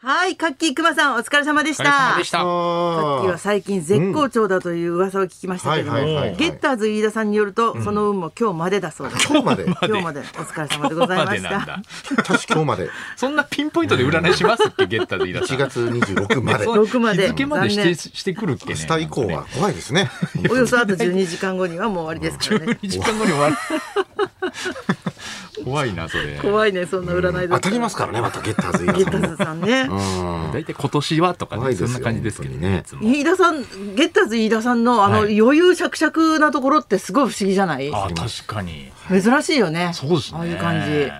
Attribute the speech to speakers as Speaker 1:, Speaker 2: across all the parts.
Speaker 1: はい、カッキークマさんお疲れ様でし
Speaker 2: お疲れ様
Speaker 1: た
Speaker 2: で。し
Speaker 1: カ
Speaker 2: た。
Speaker 1: ッキーは最近絶好調だという噂を聞きましたけれども、
Speaker 3: はいはいはいはい
Speaker 1: ゲッターズ飯田さんによると、その運も今日までだそうです。
Speaker 3: 今日まで
Speaker 1: 今日までお疲れ様でございまし
Speaker 2: ここな
Speaker 1: た
Speaker 2: んだ。
Speaker 3: 確か今日まで
Speaker 2: そんなピンポイントで占いしますっけ、ゲッターで言い出し
Speaker 3: 1
Speaker 2: た。
Speaker 3: 月26まで
Speaker 2: そう
Speaker 1: 6まで
Speaker 2: 日付までし
Speaker 1: 残念
Speaker 2: て、してくるっけね。
Speaker 3: 明日以降は怖いですね
Speaker 1: およそあと12時間後にはもう終わりですから ね。
Speaker 2: 12時間後に終わる。怖いな、それ。
Speaker 1: 怖いね、そんな占いだ
Speaker 3: 当たりますからねまたゲッターズ
Speaker 1: ゲ
Speaker 3: 飯
Speaker 1: ッタ
Speaker 3: 田さん
Speaker 1: ーズさんね。
Speaker 3: もうん
Speaker 2: 大体今年はとか
Speaker 3: 怖
Speaker 2: ね、
Speaker 3: いです
Speaker 2: そ
Speaker 3: よ
Speaker 2: んな感じですけどね。いつも
Speaker 1: 飯田さん、ゲッターズ飯田さんのあの
Speaker 2: は
Speaker 1: 余
Speaker 2: い
Speaker 1: 裕しゃくしゃくなところってすごい不思議じゃない、
Speaker 2: あ、確かに。
Speaker 1: 珍しいよね。
Speaker 2: そうですね。
Speaker 1: ああいう感じ。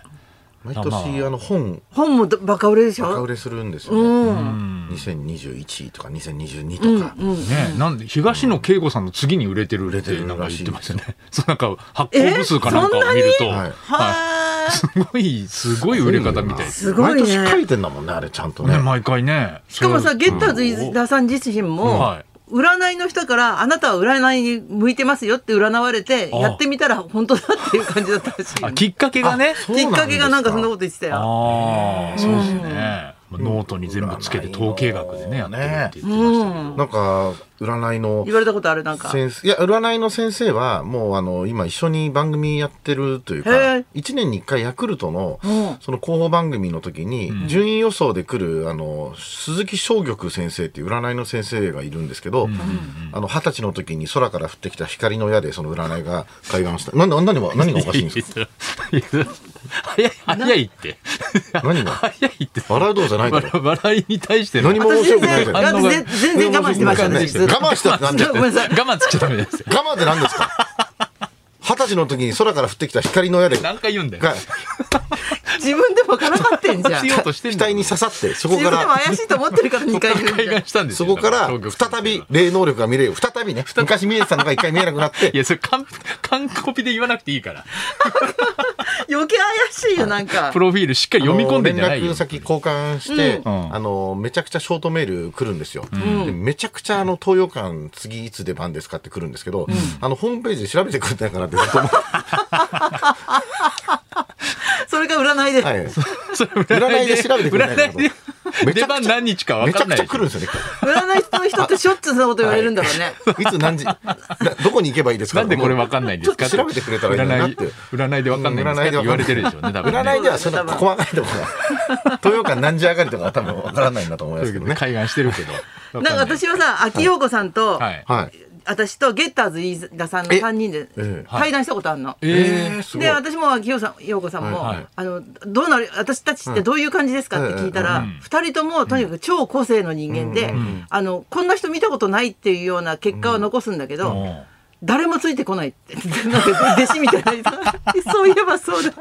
Speaker 3: 毎年あの本
Speaker 1: 本もどバカ売れでし
Speaker 3: バカ売
Speaker 1: ょ
Speaker 3: れするんです
Speaker 1: う
Speaker 3: よね
Speaker 1: ん。
Speaker 3: 2021とか2022とか
Speaker 2: ね、なんで東野圭吾さんの次に売れてるっ
Speaker 3: 売れて
Speaker 2: て
Speaker 3: る
Speaker 2: なんから言
Speaker 3: し
Speaker 2: っ
Speaker 3: い
Speaker 2: て
Speaker 3: です
Speaker 2: ましたね。 そうなんか発行部数かなんかを見ると、
Speaker 1: えそん
Speaker 3: なに
Speaker 2: は。
Speaker 1: はい
Speaker 2: すごいすごい売れ方みたいです。
Speaker 1: すごいね
Speaker 3: 毎年書いてんだもんねあれちゃんとね
Speaker 2: ね、毎回ね。
Speaker 1: しかもさ、
Speaker 2: そう
Speaker 1: ゲッターズ飯田さん自身
Speaker 2: うん
Speaker 1: も
Speaker 2: はい、
Speaker 1: 占いの人から、あなたは占いに向いてますよって占われて、
Speaker 2: ああ
Speaker 1: やってみたら本当だっていう感じだったらしいよ
Speaker 2: あ、
Speaker 1: ね。
Speaker 2: きっかけがね。
Speaker 3: そ う
Speaker 1: きっ
Speaker 3: なんです
Speaker 1: かけがなんかそんなこと言ってたよ。
Speaker 2: ああ、そうですね。まあノートに全部つけて統計学でね、やってるって言ってましたけど。
Speaker 3: なんか占いの
Speaker 1: 言われたことあるなんか。
Speaker 3: 先生いや占いの先生はもうあの今一緒に番組やってるというか
Speaker 1: へえ
Speaker 3: 1年に1回ヤクルトの
Speaker 1: うん
Speaker 3: その広報番組の時に順位予想で来るあの鈴木正玉先生っていう占いの先生がいるんですけどあの二十歳の時に空から降ってきた光の矢でその占いが開眼したなんで何が何がおかしいんですか
Speaker 2: いや早い、早いって。
Speaker 3: 何が
Speaker 2: 早いって。
Speaker 3: 笑うどうじゃないだろ
Speaker 2: 笑笑いに対しての
Speaker 3: 何も
Speaker 1: 私
Speaker 3: 面白くない
Speaker 1: 全
Speaker 3: じ
Speaker 1: 然
Speaker 3: ゃない
Speaker 2: 反応が
Speaker 1: 私全然我慢してましたね。
Speaker 3: 我慢
Speaker 1: ずっと
Speaker 3: してたなんで
Speaker 1: ごめんなさい。
Speaker 2: 我慢つっちゃダメですよ。
Speaker 3: 我慢って何ですか二十歳の時に空から降ってきた光の矢でが
Speaker 2: 何回言うんだよ。
Speaker 1: 自分でもからかってんじゃん。
Speaker 2: し
Speaker 1: 自
Speaker 2: ようとしてんだ
Speaker 3: 額に刺さってそこ
Speaker 1: 分
Speaker 3: か
Speaker 1: でも
Speaker 3: ら
Speaker 1: 怪しいと思ってるから2回言うん
Speaker 2: 海
Speaker 1: じゃん。
Speaker 2: 岸したんです
Speaker 3: そ
Speaker 2: よ
Speaker 3: こから
Speaker 2: だら
Speaker 3: 再び霊能力が見れる。再びね、昔見えてたのが一回見えなくなっ
Speaker 2: い
Speaker 3: て、
Speaker 2: や、それ、完、完コピで言わなくていいから。
Speaker 1: 余計怪しいよ、なんか
Speaker 2: プ。ロフィールしっかり読み込んでんじゃない
Speaker 3: 連
Speaker 2: よ
Speaker 3: 絡。先交換して、
Speaker 2: うん
Speaker 3: あの、めちゃくちゃショートメール来るんですよ。でめちゃくちゃあの、東洋館次いつ出番ですかって来るんですけど、あの、ホームページで調べてくれないかなってずっと思って、
Speaker 1: それが占いで。
Speaker 3: はい
Speaker 2: それ
Speaker 3: 占いで調べてくれないか
Speaker 2: 占
Speaker 3: なと
Speaker 2: いで。
Speaker 3: めち
Speaker 2: 出
Speaker 3: ゃく
Speaker 2: 番
Speaker 3: ちゃ、
Speaker 2: 何日か分
Speaker 3: めち
Speaker 2: か
Speaker 3: ゃ
Speaker 2: んな
Speaker 3: く
Speaker 2: いで
Speaker 3: ちゃ
Speaker 2: しょ。
Speaker 3: 来るんですよね。
Speaker 1: 占い師の人ってしょっちゅうそんなこと言われるんだろうね。
Speaker 3: い つ何時、などこに行けばいいですか
Speaker 2: なんでこれ分かんないんですか
Speaker 3: ちょっと調べてくれたらいいのになって
Speaker 2: 占い、占いで分かんないんですかって言われてるでしょうね、多 分ね。
Speaker 3: 占いではそん
Speaker 1: 多
Speaker 3: な、
Speaker 1: 分
Speaker 3: 細かい ところ、東洋館何時上がりとかは多分わからないんだと思います けどね。
Speaker 2: 海岸してるけど。
Speaker 1: なんか私はさ、秋陽子さんと、
Speaker 2: はい。
Speaker 3: はい。
Speaker 1: 私とゲッターズ飯田さんの3人で
Speaker 3: ええ
Speaker 1: 対談したことあるの。
Speaker 2: ええ。
Speaker 3: すごい
Speaker 1: で私も秋代さん陽子さんも、
Speaker 3: はい
Speaker 2: はい
Speaker 1: あのどうなる私たちってどういう感じですかって聞いたら、二人ともとにかく超個性の人間で、あのこんな人見たことないっていうような結果は残すんだけど、
Speaker 2: うん
Speaker 1: 誰もついてこないって なんか弟子みたいな そういえばそうだ、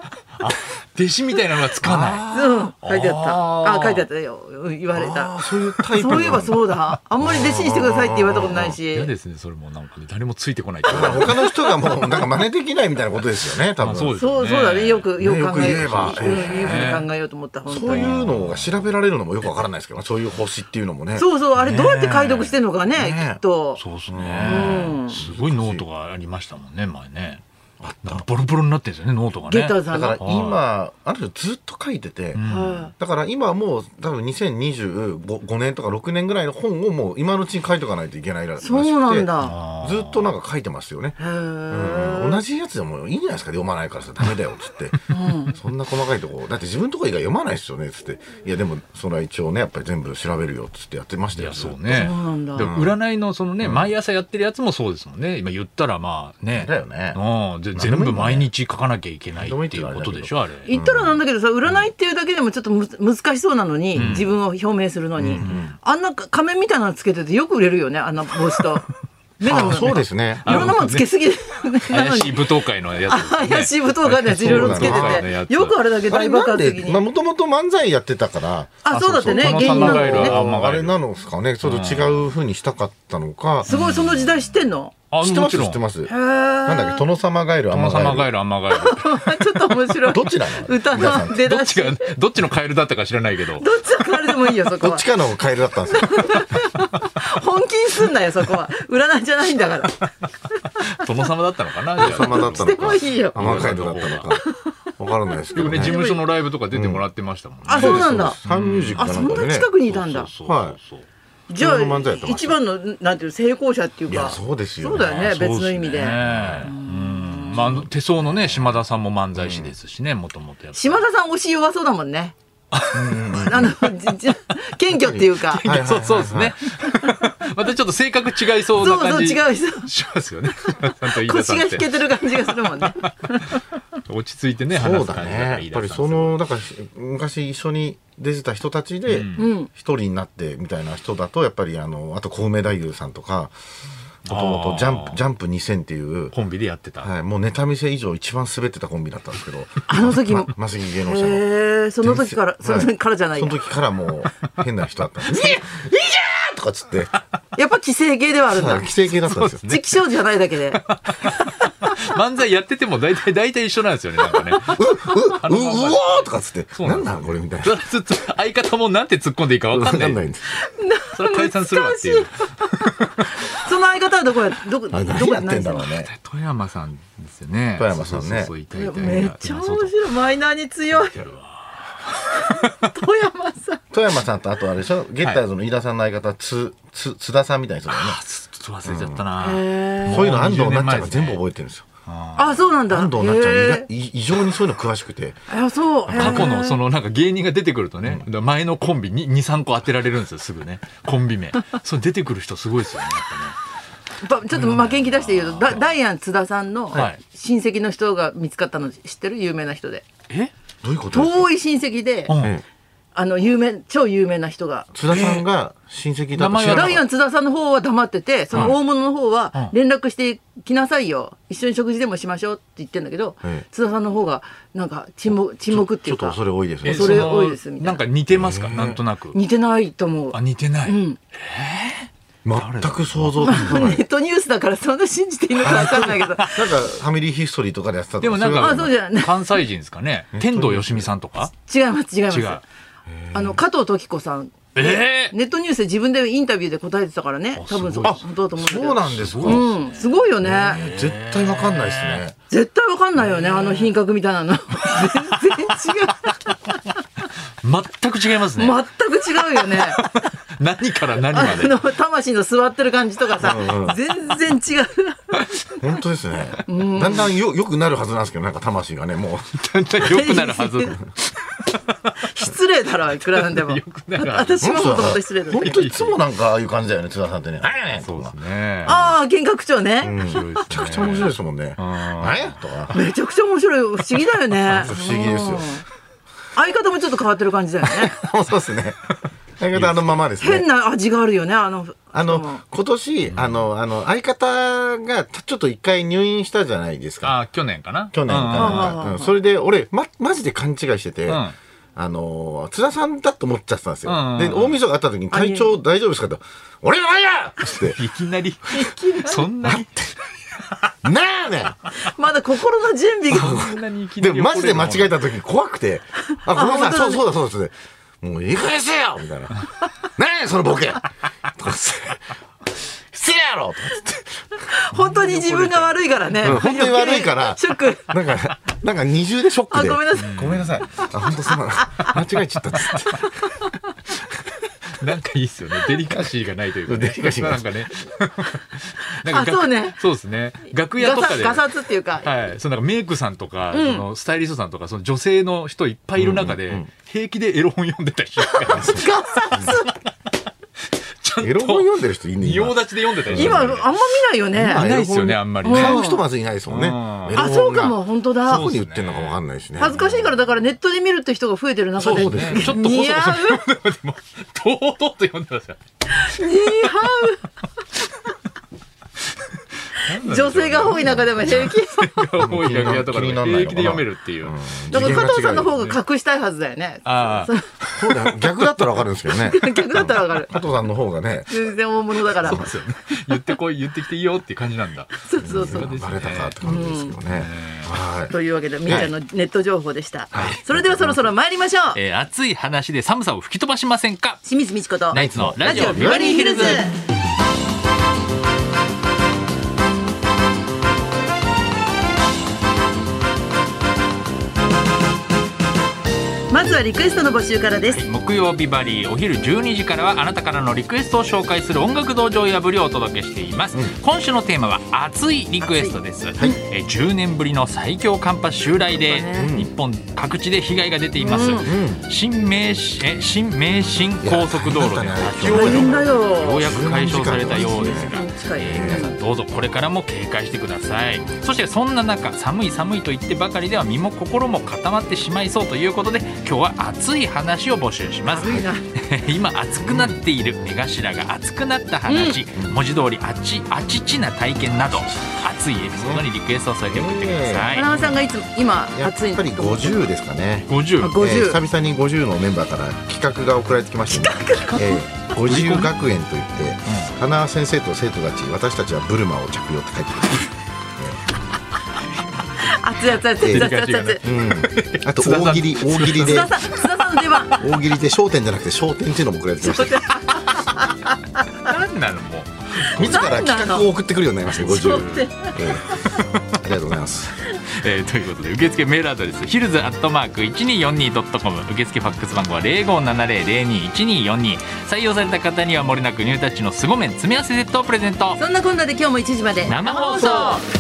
Speaker 2: 弟子みたいなのがつかない。
Speaker 1: うん、書いてあった
Speaker 2: あ
Speaker 1: あ
Speaker 2: ー
Speaker 1: 書いてあったようん言われ
Speaker 3: あ
Speaker 1: た
Speaker 3: ーそういうタイプ
Speaker 1: そういえば
Speaker 3: う。
Speaker 1: そうだあんまり弟子にしてくださいって言われたことないし
Speaker 2: 嫌ですね、それもなんかね誰もついてこないっていう
Speaker 3: 他の人が もう、なんか真似できないみたいなことですよね、多
Speaker 2: あ
Speaker 3: 分。
Speaker 2: そうです
Speaker 1: そうそうだねよくよく考え,、
Speaker 3: ねよく言えば
Speaker 1: うん、いうふうに考えようと思った本当に
Speaker 3: そういうのが調べられるのもよくわからないですけどね、そういう星っていうのもね。
Speaker 1: そうそう、あれどうやって解読してんのかね、
Speaker 3: ねえ
Speaker 1: きっと。
Speaker 2: そうですね。すごいノートがありましたもんね、前ね。なんかボロボロになってるんですよね、ノートがね。
Speaker 1: ゲッターさ
Speaker 3: だ
Speaker 1: ん
Speaker 3: から
Speaker 1: が。
Speaker 3: 今、ある人ずっと書いてて、
Speaker 1: は
Speaker 3: だから今もう多分2025年とか6年ぐらいの本をもう今のうちに書いとかないといけないら
Speaker 1: い
Speaker 3: しくて
Speaker 1: そうなんだ。
Speaker 2: あー
Speaker 3: ずっとなんか書いてますよね。
Speaker 1: へー
Speaker 3: うん同じやつでもいいんじゃないですか読まないからさダメだよっつって、そんな細かいとこだって自分のとこ以外読まないですよねっつっていやでもそれは一応ねやっぱり全部調べるよっつってやってました
Speaker 2: い
Speaker 3: よ
Speaker 2: や、そうね。
Speaker 1: そうなんだ
Speaker 2: で占いのそのね、毎朝やってるやつもそうですもんね。今言ったらまあね。
Speaker 3: だよね
Speaker 2: うん。で全部毎日書かなきゃいけないっていうことでしょ、あれ。
Speaker 1: 言ったらなんだけどさ、占いっていうだけでもちょっとむ難しそうなのに、自分を表明するのに。あんなか仮面みたいなのつけててよく売れるよね、あんな帽子と。目の。
Speaker 3: あそうですすね
Speaker 1: いろんなものつけすぎなの
Speaker 2: 怪し
Speaker 1: に。
Speaker 2: い舞踏会のやつですね。
Speaker 1: 怪しい舞踏会のやついろいろつけ
Speaker 3: そうな
Speaker 2: の
Speaker 1: て
Speaker 2: や
Speaker 1: て、
Speaker 2: つ
Speaker 1: よくあれだけ
Speaker 3: あ
Speaker 1: 大
Speaker 3: れ
Speaker 1: 爆
Speaker 3: なん
Speaker 1: 発
Speaker 3: で
Speaker 1: 的に。
Speaker 3: もともと漫才やってたから
Speaker 1: あ、そうだってね、
Speaker 2: そうそう
Speaker 1: 芸人なの
Speaker 2: この
Speaker 1: ね
Speaker 2: 考え。が
Speaker 3: ああれなのですかねちょっと違うふうにしたかったのか
Speaker 1: すごい、その時代知ってんの
Speaker 2: あ。
Speaker 3: 知ってます知ってますす
Speaker 1: へー
Speaker 3: なんだっけ殿様ガエルアマ
Speaker 2: 殿様
Speaker 3: ガエル
Speaker 2: ガエル、アンマガエ ル。
Speaker 1: ちょっと面白い。
Speaker 3: どっちなの
Speaker 1: 歌
Speaker 3: 皆さん
Speaker 1: の出
Speaker 2: どっ
Speaker 1: だ
Speaker 2: ち
Speaker 1: し。
Speaker 2: が、どっちのカエルだったか知らないけど。
Speaker 1: どっちかあれでもいいよ、そこ
Speaker 3: ど
Speaker 1: は
Speaker 3: っち。かのカエルだった んですよ
Speaker 1: 本気にすんなよ、そこは。占いじゃないんだ から。
Speaker 2: 殿様だったのかなじゃあ
Speaker 3: 殿様だった
Speaker 1: で
Speaker 3: の
Speaker 1: も
Speaker 3: か
Speaker 1: いいよ。
Speaker 3: アマガエルだったのかからないですけど
Speaker 2: 僕ね
Speaker 3: ね
Speaker 2: 事務所のライブとか出てもらってましたもんね。
Speaker 1: あそうなんだ
Speaker 3: サンミュージック
Speaker 1: あ
Speaker 3: か
Speaker 1: そ
Speaker 3: なん
Speaker 1: ん
Speaker 3: かで
Speaker 1: な
Speaker 3: ね
Speaker 1: 近くにいたんだ
Speaker 2: そうそうそうそう
Speaker 1: じゃあ
Speaker 3: その漫才やってました
Speaker 1: 一番のなんていうの成功者っていう
Speaker 3: いや
Speaker 1: か
Speaker 3: そうですよ
Speaker 1: そうだよね
Speaker 2: あそう
Speaker 1: 別
Speaker 2: す
Speaker 1: の意味で
Speaker 2: うんまああの、手相のね、島田さんも漫才師ですしね、もともとやっぱ
Speaker 1: 島田さん推し弱そうだもんねあのじじ謙虚っていうか
Speaker 3: はいはいはいはい
Speaker 2: そうそうですね。 またちょっと性格違い
Speaker 1: そ
Speaker 2: そ
Speaker 1: う
Speaker 2: な
Speaker 1: うそ
Speaker 2: 感
Speaker 1: う
Speaker 2: じ。
Speaker 1: 違う人
Speaker 2: しますよね。 島田さんと飯田
Speaker 1: 腰
Speaker 2: さん
Speaker 1: が
Speaker 2: っ
Speaker 1: 引け
Speaker 2: て
Speaker 1: てる感じがするもんね
Speaker 2: 落ち着いてね、
Speaker 3: そ
Speaker 2: 話
Speaker 3: う
Speaker 2: す
Speaker 3: だ
Speaker 2: 感じ
Speaker 3: ね
Speaker 2: が
Speaker 3: やっ
Speaker 2: 飯
Speaker 3: ぱ
Speaker 2: 田
Speaker 3: り
Speaker 2: さん
Speaker 3: そのなんか昔一緒に出てた人たちで
Speaker 1: うん
Speaker 3: 一人になってみたいな人だとやっぱりあのあと小梅太夫さんとかもとも
Speaker 2: あ
Speaker 3: と
Speaker 2: ー
Speaker 3: ジャンプ「ジャンプ2000」っていう、
Speaker 2: コンビでやってた。
Speaker 3: はい、もうネタ見せ以上一番滑ってたコンビだったんですけど
Speaker 1: あの時も
Speaker 3: まマスギ芸能者の。
Speaker 1: へえその時からその時からじゃない
Speaker 3: そ
Speaker 1: や
Speaker 3: の時からもう変な人だったんですいやいやーとかっつって
Speaker 1: やっぱ既成形ではあるんだ
Speaker 3: 規制系だったんですよ
Speaker 1: 知気象じゃないだけで
Speaker 2: 漫才やってても大体、大体一緒なんですよね、なんか ね。
Speaker 3: うううおーとかっつって
Speaker 2: うな
Speaker 3: な
Speaker 2: ですよ
Speaker 3: んんだこれみたいな
Speaker 2: ずっと相方もなんて突っ込んでいいか分かんない。
Speaker 3: わんです
Speaker 2: それは解散するわっていう。
Speaker 1: その相方はどこやどこど
Speaker 3: あれ何
Speaker 1: こ
Speaker 3: やってんだろうね
Speaker 2: 富山さんですよね。
Speaker 3: 富山さんね
Speaker 2: そうそうそういたいたいた
Speaker 1: めっちゃ面白いマイナーに強い富山さん
Speaker 3: 富山さんとあとあれでしょゲッターズの飯田さんの相方つつ津田さんみたいな人だよね
Speaker 2: あちょっと忘れちゃったな。
Speaker 1: へ
Speaker 3: そういうの安藤なっちゃんが全部
Speaker 2: え
Speaker 3: 覚えてるんですよ
Speaker 1: あそうなんだ
Speaker 3: 安藤なっちゃん意
Speaker 1: へ
Speaker 3: 外い異常にそういうの詳しくて
Speaker 1: えあそう
Speaker 2: 過去のそ
Speaker 1: の
Speaker 2: のなんか芸人が出てくるとね、だから前のコンビに23個当てられるんですよすぐねコンビ名それ出てくる人すごいですよねやっ
Speaker 1: ちょっと負けん気出して言うとダダイアン津田さんの
Speaker 2: はい
Speaker 1: 親戚の人が見つかったの知ってる有名な人で
Speaker 2: ぱね
Speaker 3: どういうことですか
Speaker 1: 遠い親戚で
Speaker 2: え、
Speaker 3: ええ
Speaker 1: あの有名超有名な人が
Speaker 3: 津田さんが親戚だと知らな
Speaker 1: ダ
Speaker 3: かっ
Speaker 1: イアン津田さんの方は黙っててその大物の方は
Speaker 2: うん
Speaker 1: 連絡してきなさいよ、一緒に食事でもしましょうって言ってんだけど、
Speaker 3: ええ
Speaker 1: 津田さんの方がなんか沈黙沈
Speaker 3: た
Speaker 1: 黙って
Speaker 3: ち
Speaker 1: い
Speaker 3: ょ
Speaker 1: う
Speaker 3: っと
Speaker 1: か
Speaker 3: それ多いです
Speaker 2: え
Speaker 3: ね
Speaker 1: それ多いですみたいな
Speaker 2: なんか似てますか、なんとなく
Speaker 1: 似てないと思う、
Speaker 2: あ似てない、
Speaker 1: うん、
Speaker 3: 全く想像つかな
Speaker 1: ネ
Speaker 3: い
Speaker 1: ットニュースだからそんな信じていいのかわかん ないけどあ
Speaker 3: なんかファミリーヒストリーとかでやってたと
Speaker 2: でもなん
Speaker 3: それは
Speaker 2: か
Speaker 1: そうじゃない
Speaker 2: 関西人ですかね天童よしみさんとか
Speaker 1: 違います違います
Speaker 2: 違う
Speaker 1: あの加藤時子さん
Speaker 2: ええ
Speaker 1: ネットニュースで自分でインタビューで答えてたからね多分
Speaker 2: す
Speaker 1: そ
Speaker 2: ごい
Speaker 1: あ本当だと思うんだけど
Speaker 3: そうなんですか、
Speaker 1: うんすごいよね、
Speaker 3: 絶対わかんないですね
Speaker 1: 絶対わかんないよねあの品格みたいなの 全然違
Speaker 2: 全く違います
Speaker 1: う
Speaker 2: ね、
Speaker 1: 全く違うよね
Speaker 2: 何から何ま
Speaker 1: あ
Speaker 2: で
Speaker 1: の魂の座ってる感じとかさ、
Speaker 3: うんうん
Speaker 1: 全然違う。
Speaker 3: 本当ですね、だんだんよ良くなるはずなんですけどなんか魂がねもう
Speaker 2: だんだん良くなるはず
Speaker 1: 失礼だろいくらなんでも。
Speaker 2: よくなる
Speaker 1: あ 私ももともと失礼だった
Speaker 3: 本。当いつもなんかああいう感じだよね津田さんってね「何やねん」
Speaker 2: そう
Speaker 3: と
Speaker 2: で
Speaker 3: か
Speaker 2: すね
Speaker 1: ああ、幻覚長ね、
Speaker 2: 面白いですね
Speaker 3: めちゃくちゃ面白いですもんね「何や?」とか
Speaker 1: めちゃくちゃ面白い。不思議だよね。
Speaker 3: 不思議ですよ
Speaker 1: うん相方もちょっと変わってる感じだよね。
Speaker 3: そうです ね相方あのままですね
Speaker 1: 変な味があるよね、あの。
Speaker 3: あ
Speaker 1: 人も
Speaker 3: の今年あのあの相方がちょっと一回入院したじゃないですか
Speaker 2: あ去年かな
Speaker 3: 去年
Speaker 1: う
Speaker 3: か
Speaker 1: んうん
Speaker 3: な
Speaker 1: うん
Speaker 3: うんそれで俺まマジで勘違いしてて、
Speaker 2: うん
Speaker 3: あの津田さんだと思っちゃってたんですよ、
Speaker 2: うんうんうん
Speaker 3: で大晦日会った時に「体調大丈夫ですか?」って「俺が何や!」っ つって
Speaker 2: いきなり、そんなに、
Speaker 3: 「なんやねん!」
Speaker 1: まだ心の準備が。
Speaker 2: そんなにいきな
Speaker 3: で
Speaker 2: り。
Speaker 3: もマジで間違え。た時怖くて「あごめんなさいそ
Speaker 1: 本当だ
Speaker 3: うそうだそうだ」そうだもういい加減せえよ!」みたいな「何やねんそのボケ!」とかっつって「失礼やろ!」とかっつって
Speaker 1: 本当に自分が悪いからね。
Speaker 3: うん本当に悪いから
Speaker 1: ショック。
Speaker 3: なんかなんか二重でショックで
Speaker 1: あごめんなさい
Speaker 3: ごめんなさいあ本当すまない間違えちゃった」っつって
Speaker 2: なんかいいっすよね。デリカシーがないというか、ね。
Speaker 3: デリカシーが
Speaker 2: なんかね。なんか
Speaker 1: あそうね
Speaker 2: そうですね。楽屋
Speaker 1: ガ
Speaker 2: とか
Speaker 1: サ、
Speaker 2: で。
Speaker 1: ガサツっていうか。
Speaker 2: はい、そのなんかメイクさんとか、そのスタイリストさんとかその女性の人いっぱいいる中で、平気でエロ本読んでたりしてるから ち
Speaker 1: ガサツ
Speaker 2: ゃん
Speaker 3: エロ本
Speaker 2: と
Speaker 3: 読んでる人いんねん
Speaker 2: 仁王立ちで読んでたりして
Speaker 1: 今、あんま
Speaker 2: る
Speaker 1: 見
Speaker 2: からね
Speaker 1: ないよね。
Speaker 2: いないっすよねあんまりね
Speaker 3: 買う人まずいないですもんね
Speaker 2: うん
Speaker 3: エロ本
Speaker 1: あ、
Speaker 3: が
Speaker 1: そうかも、本当だ
Speaker 3: ど。こに売ってんのかわかんないしね
Speaker 1: 恥ずかしいからだからネットで見るって人が増えてる中で
Speaker 3: そうですね
Speaker 2: ちょっと
Speaker 1: 似合う
Speaker 2: 細々と読んでも堂々と読んでたんですよ
Speaker 1: 似合う 女性が多い中でも平気
Speaker 2: 多い楽屋とかで
Speaker 3: 気にな
Speaker 2: 平
Speaker 3: らないの
Speaker 2: 気
Speaker 3: かな
Speaker 2: で読めるっていう、
Speaker 3: うん
Speaker 1: だから
Speaker 3: 次元が違うよ
Speaker 1: 加藤さんの方が隠したいはずだよね
Speaker 2: ああ
Speaker 3: そうだよ逆だったらわかるんですけどね
Speaker 1: 逆だったらわかる
Speaker 3: 加藤さんの方がね
Speaker 1: 全然大物だから
Speaker 2: そうですよね。言ってこい、言ってきていいよっていう感じなんだ。
Speaker 1: そうそうそう
Speaker 2: ですね
Speaker 3: バレたかって感じですけどねはい
Speaker 1: というわけでみーちゃんのネット情報でした、それではそろそろ参りましょう
Speaker 2: えー、熱い話で寒さを吹き飛ばしませんか
Speaker 1: 清水美智子と
Speaker 2: ナイツのラ
Speaker 1: ラ
Speaker 2: ジ
Speaker 1: ジ
Speaker 2: オ
Speaker 1: オ
Speaker 2: ビ
Speaker 1: ビ
Speaker 2: バ
Speaker 1: バ
Speaker 2: リ
Speaker 1: リー
Speaker 2: ーヒ
Speaker 1: ヒル
Speaker 2: ルズ
Speaker 1: ズ。はリクエストの募集からです、
Speaker 2: 木曜日バリーお昼12時からはあなたからのリクエストを紹介する音楽道場破りをお届けしています、今週のテーマは熱いリクエストです、え10年ぶりの最強寒波襲来で、日本各地で被害が出ています、新名神え新名神高速道路では立ち
Speaker 1: 大変
Speaker 2: 往
Speaker 1: だよ
Speaker 2: 生ようやく解消されたようですが
Speaker 1: 近い
Speaker 2: えー皆さんどうぞこれからも警戒してくださいそしてそんな中寒い寒いと言ってばかりでは身も心も固まってしまいそうということで今日は熱い話を募集します
Speaker 1: いな
Speaker 2: 今熱くなっている目頭が熱くなった話、文字通りあちあちちな体験など熱いエピソードにリクエストを添えて送ってください、
Speaker 1: 花輪さんがいつも今
Speaker 3: やっ
Speaker 1: 暑い
Speaker 3: ぱり50ですかね
Speaker 1: あ
Speaker 2: 50
Speaker 1: 50
Speaker 3: えー久々に50のメンバーから企画が送られてきました、ね、えー50学園といって、花輪先生と生徒たち私たちはブルマを着用って書いてます
Speaker 1: 暑い暑い暑い暑い暑い暑い暑い
Speaker 3: うん、あと大喜利大喜利
Speaker 1: 津
Speaker 3: で
Speaker 1: 田さん津田さんの出番
Speaker 3: 大喜利で焦点じゃなくて焦点っていうのも送られてきました
Speaker 2: 何なのもう
Speaker 3: 自ら企画を送ってくるようになりましたね
Speaker 1: 焦
Speaker 3: 50、
Speaker 1: 点
Speaker 3: ええありがとうございます
Speaker 2: えーということで受付メールアドレスヒルズアットマーク 1242.com 受付ファックス番号は0570021242採用された方にはもれなくニュータッチの凄麺詰め合わせセットをプレゼント
Speaker 1: そんなこんなで今日も1時まで
Speaker 2: 生放送